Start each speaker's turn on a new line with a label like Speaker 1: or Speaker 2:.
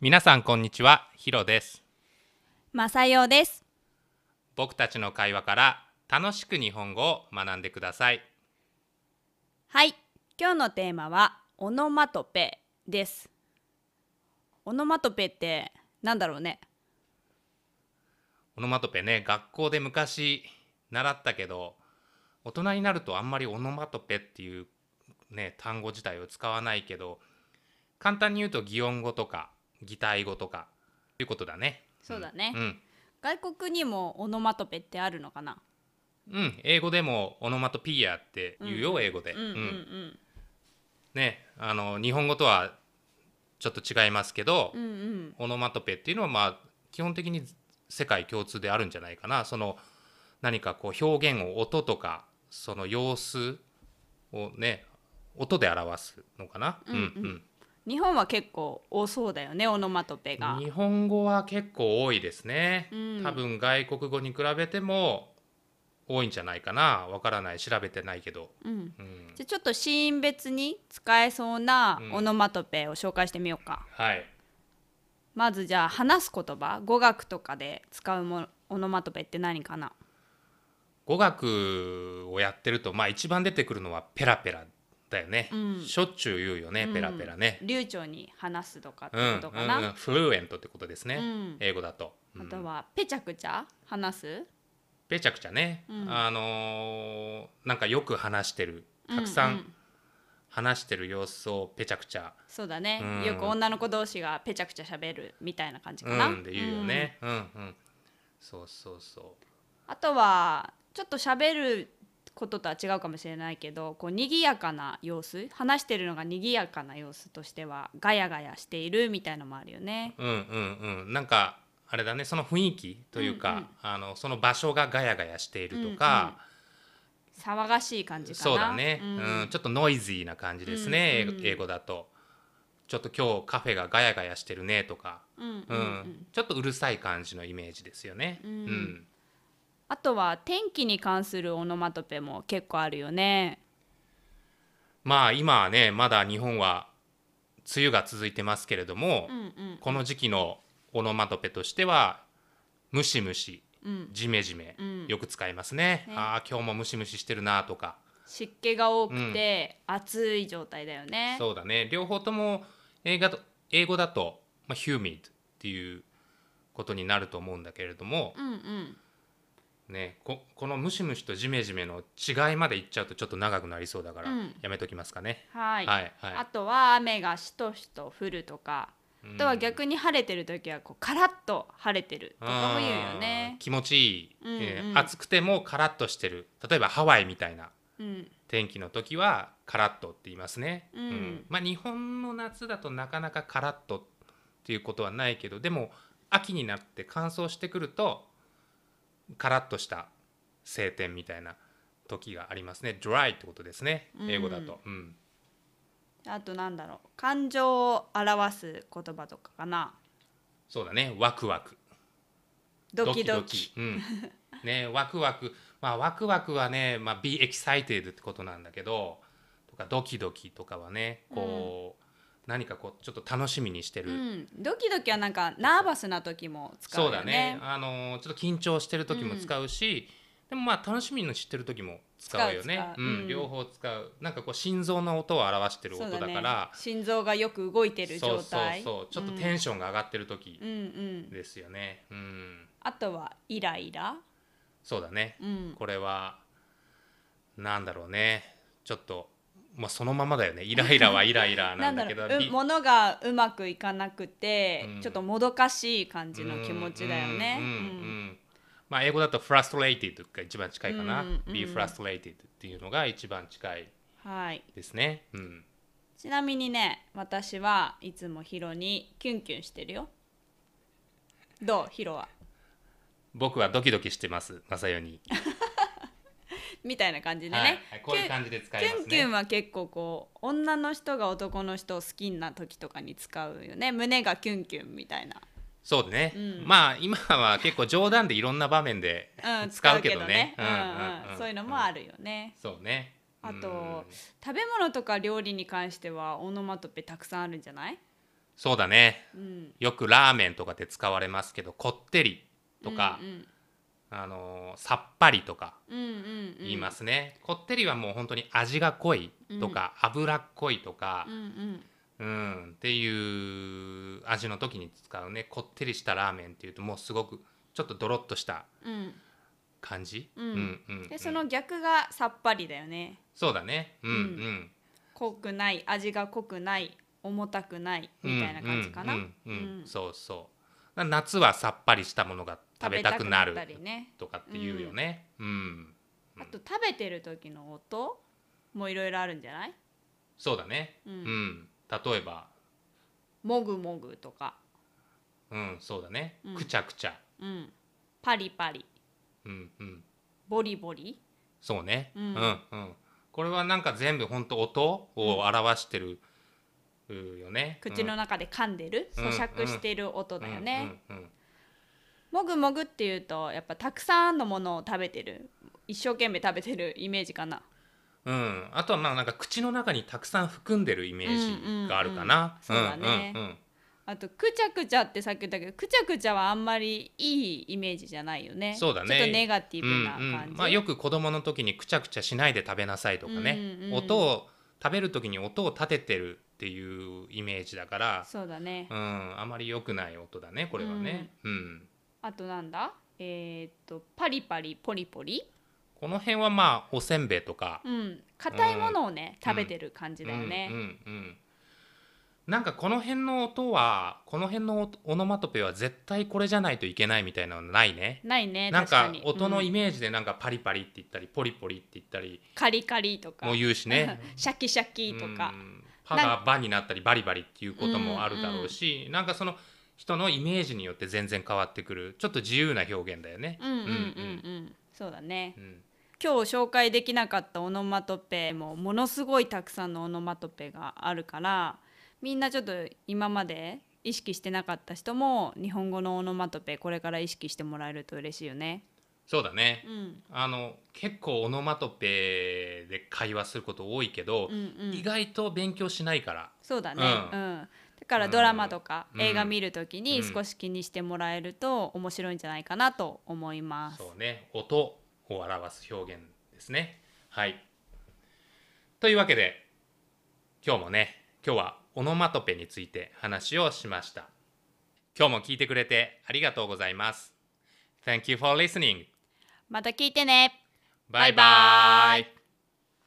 Speaker 1: 皆さんこんにちはヒロです
Speaker 2: マサヨです。
Speaker 1: 僕たちの会話から楽しく日本語を学んでください
Speaker 2: はい、今日のテーマはオノマトペです。オノマトペってなんだろうね。
Speaker 1: オノマトペね学校で昔習ったけど大人になるとあんまりオノマトペっていうね単語自体を使わないけど簡単に言うと擬音語とか擬態語とかということだね
Speaker 2: そうだね
Speaker 1: うん
Speaker 2: 外国にもオノマトペってあるのかな。
Speaker 1: うん、英語でもオノマトピーアって言うよ、英語で、
Speaker 2: うんうんう
Speaker 1: うん
Speaker 2: ん。
Speaker 1: ねあの日本語とはちょっと違いますけど、
Speaker 2: うんうん。
Speaker 1: オノマトペっていうのはまあ基本的に世界共通であるんじゃないかなその何かこう表現を音とかその様子をね音で表すのかな、
Speaker 2: うん日本は結構多そうだよね、オノマトペが。
Speaker 1: 日本語は結構多いですね、
Speaker 2: うん
Speaker 1: 多分外国語に比べても多いんじゃないかなわからない調べてないけど、
Speaker 2: うん。
Speaker 1: うん
Speaker 2: じゃあちょっとシーン別に使えそうなオノマトペを紹介してみようか。
Speaker 1: はい
Speaker 2: まずじゃあ話す言葉、語学とかで使うものオノマトペって何かな。
Speaker 1: 語学をやってるとまあ一番出てくるのはペラペラだよね、
Speaker 2: うん
Speaker 1: しょっちゅう言うよね、ペラペラね
Speaker 2: 流暢に話すとかって
Speaker 1: うん
Speaker 2: ことかな、
Speaker 1: うんうん、フルエントってことですね、
Speaker 2: うん
Speaker 1: 英語だと、うん
Speaker 2: あとはペチャクチャ話す
Speaker 1: ペチャクチャね、
Speaker 2: うん
Speaker 1: あのーなんかよく話してるたくさ
Speaker 2: うんうんん
Speaker 1: 話してる様子をペチャクチャ、
Speaker 2: そうだね、
Speaker 1: うん
Speaker 2: よく女の子同士がペチャクチャ喋るみたいな感じかな、
Speaker 1: うん、で言うよね、うん、うんそうそうそう
Speaker 2: うんあとはちょっと喋ることとは違うかもしれないけどこう賑やかな様子話してるのが賑やかな様子としてはガヤガヤしているみたいのもあるよね
Speaker 1: うんうんうんなんかあれだねその雰囲気というか、
Speaker 2: うんうん
Speaker 1: あのその場所がガヤガヤしているとか、
Speaker 2: 騒がしい感じかな
Speaker 1: そうだね、
Speaker 2: う
Speaker 1: うんんちょっとノイズィーな感じですね、
Speaker 2: うんうん
Speaker 1: 英語だとちょっと今日カフェがガヤガヤしてるねとか
Speaker 2: うん
Speaker 1: う
Speaker 2: うんんうん
Speaker 1: ちょっとうるさい感じのイメージですよね。
Speaker 2: うんあとは天気に関するオノマトペも結構あるよね
Speaker 1: まあ今はねまだ日本は梅雨が続いてますけれども、
Speaker 2: うんうん
Speaker 1: この時期のオノマトペとしてはムシムシ
Speaker 2: うん
Speaker 1: ジメジメ、
Speaker 2: うん
Speaker 1: よく使いますね。
Speaker 2: ね
Speaker 1: ああ今日もムシムシしてるなとか、
Speaker 2: 湿気が多くて暑い状態だよね。
Speaker 1: そうだね両方とも英語と英語だと、まあ、humid っていうことになると思うんだけれども、
Speaker 2: うんうん。
Speaker 1: ね、ここのムシムシとジメジメの違いまでいっちゃうとちょっと長くなりそうだから、
Speaker 2: うん
Speaker 1: やめときますかね。
Speaker 2: はい。
Speaker 1: はいはい
Speaker 2: あとは雨がしとしと降るとか、あとは逆に晴れてる時はこうカラッと晴れてるとかも言うよ
Speaker 1: うん
Speaker 2: ね。
Speaker 1: 気持ちいい、
Speaker 2: うんうん
Speaker 1: えー暑くてもカラッとしてる例えばハワイみたいな
Speaker 2: うん
Speaker 1: 天気の時はカラッとって言いますね、
Speaker 2: うん
Speaker 1: まあ、日本の夏だとなかなかカラッとっていうことはないけどでも秋になって乾燥してくるとカラッとした晴天みたいな時がありますねドライってことですね
Speaker 2: うん
Speaker 1: 英語だと、うん
Speaker 2: あとなんだろう感情を表す言葉とかかな。
Speaker 1: そうだねワクワク
Speaker 2: ドキドキ。
Speaker 1: うん、ねワクワクまあワクワクはね、まあ、be excited ってことなんだけどとかドキドキとかはねこう、何かこうちょっと楽しみにして
Speaker 2: う
Speaker 1: る、
Speaker 2: ん。ドキドキはなんかナーバスな時も使う
Speaker 1: そう
Speaker 2: よね。
Speaker 1: だね、あのーちょっと緊張してる時も使うし、でもまあ楽しみにしてる時も使うよね
Speaker 2: 使う使う
Speaker 1: うん
Speaker 2: うん
Speaker 1: 両方使うなんかこう心臓の音を表してる
Speaker 2: そ
Speaker 1: 音
Speaker 2: う
Speaker 1: だ
Speaker 2: だ
Speaker 1: か
Speaker 2: ね
Speaker 1: ら。
Speaker 2: 心臓がよく動いてる
Speaker 1: そうそ
Speaker 2: 状
Speaker 1: う
Speaker 2: 態。
Speaker 1: そうちょっとテンションが上がってる時
Speaker 2: うんうん。
Speaker 1: ですよねうん、
Speaker 2: あとはイライラ。
Speaker 1: そうだね
Speaker 2: うん。
Speaker 1: これはなんだろうねちょっと、まあ、そのままだよねイライラはイライ ラな
Speaker 2: なんん
Speaker 1: だ
Speaker 2: だ
Speaker 1: けど
Speaker 2: ろう
Speaker 1: び
Speaker 2: うものがうまくいかなくて、
Speaker 1: うん
Speaker 2: ちょっともどかしい感じの気持ちだよね。
Speaker 1: うんうんうん
Speaker 2: うん
Speaker 1: まあ、英語だと frustrated が一番近いかな、
Speaker 2: うんうんうん
Speaker 1: be frustrated っていうのが一番近い
Speaker 2: はい、
Speaker 1: ですね、うん、
Speaker 2: ちなみにね私はいつもヒロにキュンキュンしてるよ。どうヒロは
Speaker 1: 僕はドキドキしてますマサヨに、
Speaker 2: みたいな感じでね、
Speaker 1: はいはい、こういう感じで使い
Speaker 2: キ
Speaker 1: ます
Speaker 2: ュ
Speaker 1: ね
Speaker 2: ンキュンは結構こう女の人が男の人を好きな時とかに使うよね胸がキュンキュンみたいな。
Speaker 1: そうだね、
Speaker 2: うん
Speaker 1: まあ今は結構冗談でいろんな場面で
Speaker 2: うん、
Speaker 1: 使うけどね
Speaker 2: 使うけどねうんうんそういうのもあるよね。
Speaker 1: そうね
Speaker 2: あ
Speaker 1: うん
Speaker 2: と食べ物とか料理に関してはオノマトペたくさんあるんじゃない
Speaker 1: そうだね
Speaker 2: うん、
Speaker 1: よくラーメンとかで使われますけどこってりとか
Speaker 2: う、ん
Speaker 1: あのーさっぱりとか
Speaker 2: うんうんうん、
Speaker 1: 言いま、すね、こってりはもう本当に味が濃いとか、脂っこいとか
Speaker 2: うん、うん、
Speaker 1: うん、っていう味の時に使うねこってりしたラーメンっていうともうすごくちょっとドロッとした
Speaker 2: うん
Speaker 1: 感じ、
Speaker 2: うん
Speaker 1: うんうん
Speaker 2: でその逆がさっぱりだよね
Speaker 1: そうだねうんう
Speaker 2: うん濃くない味が濃くない重たくないみたいな感じかな、
Speaker 1: うんうんうん
Speaker 2: うん
Speaker 1: そうそうな夏はさっぱりしたものが食べたくなる
Speaker 2: 食べたくったりね
Speaker 1: とかっていうよねうん、うん
Speaker 2: あと食べてる時の音もいろいろあるんじゃない、
Speaker 1: そうだね
Speaker 2: う
Speaker 1: うんん、例えば
Speaker 2: もぐもぐとか、
Speaker 1: うんそうだね、
Speaker 2: うん
Speaker 1: くちゃくちゃ
Speaker 2: うん、パリパリ
Speaker 1: うんうん
Speaker 2: ボリボリ
Speaker 1: そうね、
Speaker 2: う
Speaker 1: うんん、うんこれはなんか全部本当音を表してるうよね。
Speaker 2: 口の中で噛んでる、
Speaker 1: うん
Speaker 2: 咀嚼してる音だよね、
Speaker 1: うんうんうん
Speaker 2: もぐもぐっていうとやっぱたくさんのものを食べてる一生懸命食べてるイメージかな
Speaker 1: うん、あとはまあなんか口の中にたくさん含んでるイメージがあるかな。
Speaker 2: うんうんうんそうだね
Speaker 1: うんうんうん
Speaker 2: あとくちゃくちゃってさっき言ったけどくちゃくちゃはあんまりいいイメージじゃないよね
Speaker 1: そうだね
Speaker 2: ちょっとネガティブな感じ、
Speaker 1: うんうんまあ、よく子供の時にくちゃくちゃしないで食べなさいとかね、
Speaker 2: うんうんうん
Speaker 1: 音を食べる時に音を立ててるっていうイメージだから、
Speaker 2: そうだね
Speaker 1: うん、あまり良くない音だねこれはね、うん、
Speaker 2: あとなんだえーっとパリパリポリポリ
Speaker 1: この辺はまあおせんべいとか、
Speaker 2: うん硬いものをね、
Speaker 1: うん
Speaker 2: 食べてる感じだよね、
Speaker 1: うんうんうんなんかこの辺の音はこの辺の音オノマトペは絶対これじゃないといけないみたいなのないね。
Speaker 2: ないね
Speaker 1: なん
Speaker 2: 確か
Speaker 1: か
Speaker 2: に
Speaker 1: 音の
Speaker 2: うん
Speaker 1: イメージでなんかパリパリって言ったりポリポリって言ったり
Speaker 2: カリカリとか
Speaker 1: も言うし ね
Speaker 2: シャキシャキとか
Speaker 1: う、んパがバになったりバリバリっていうこともあるだろうし、なんかその人のイメージによって全然変わってくるちょっと自由な表現だよね。
Speaker 2: うん、うんうんうんうんそうだね
Speaker 1: うんうん
Speaker 2: 今日紹介できなかったオノマトペもものすごいたくさんのオノマトペがあるからみんなちょっと今まで意識してなかった人も日本語のオノマトペこれから意識してもらえると嬉しいよね。
Speaker 1: そうだね、
Speaker 2: うん
Speaker 1: あの結構オノマトペで会話すること多いけど
Speaker 2: う、んうん
Speaker 1: 意外と勉強しないから
Speaker 2: そうだね、う
Speaker 1: うん
Speaker 2: だからドラマとか
Speaker 1: うん
Speaker 2: 映画見るときに
Speaker 1: うん
Speaker 2: 少し気にしてもらえると面白いんじゃないかなと思います。
Speaker 1: そうね音を表す表現ですねはいというわけで今日もね今日はオノマトペについて話をしました今日も聞いてくれてありがとうございます Thank you for listening
Speaker 2: また聞いてね
Speaker 1: バイバイ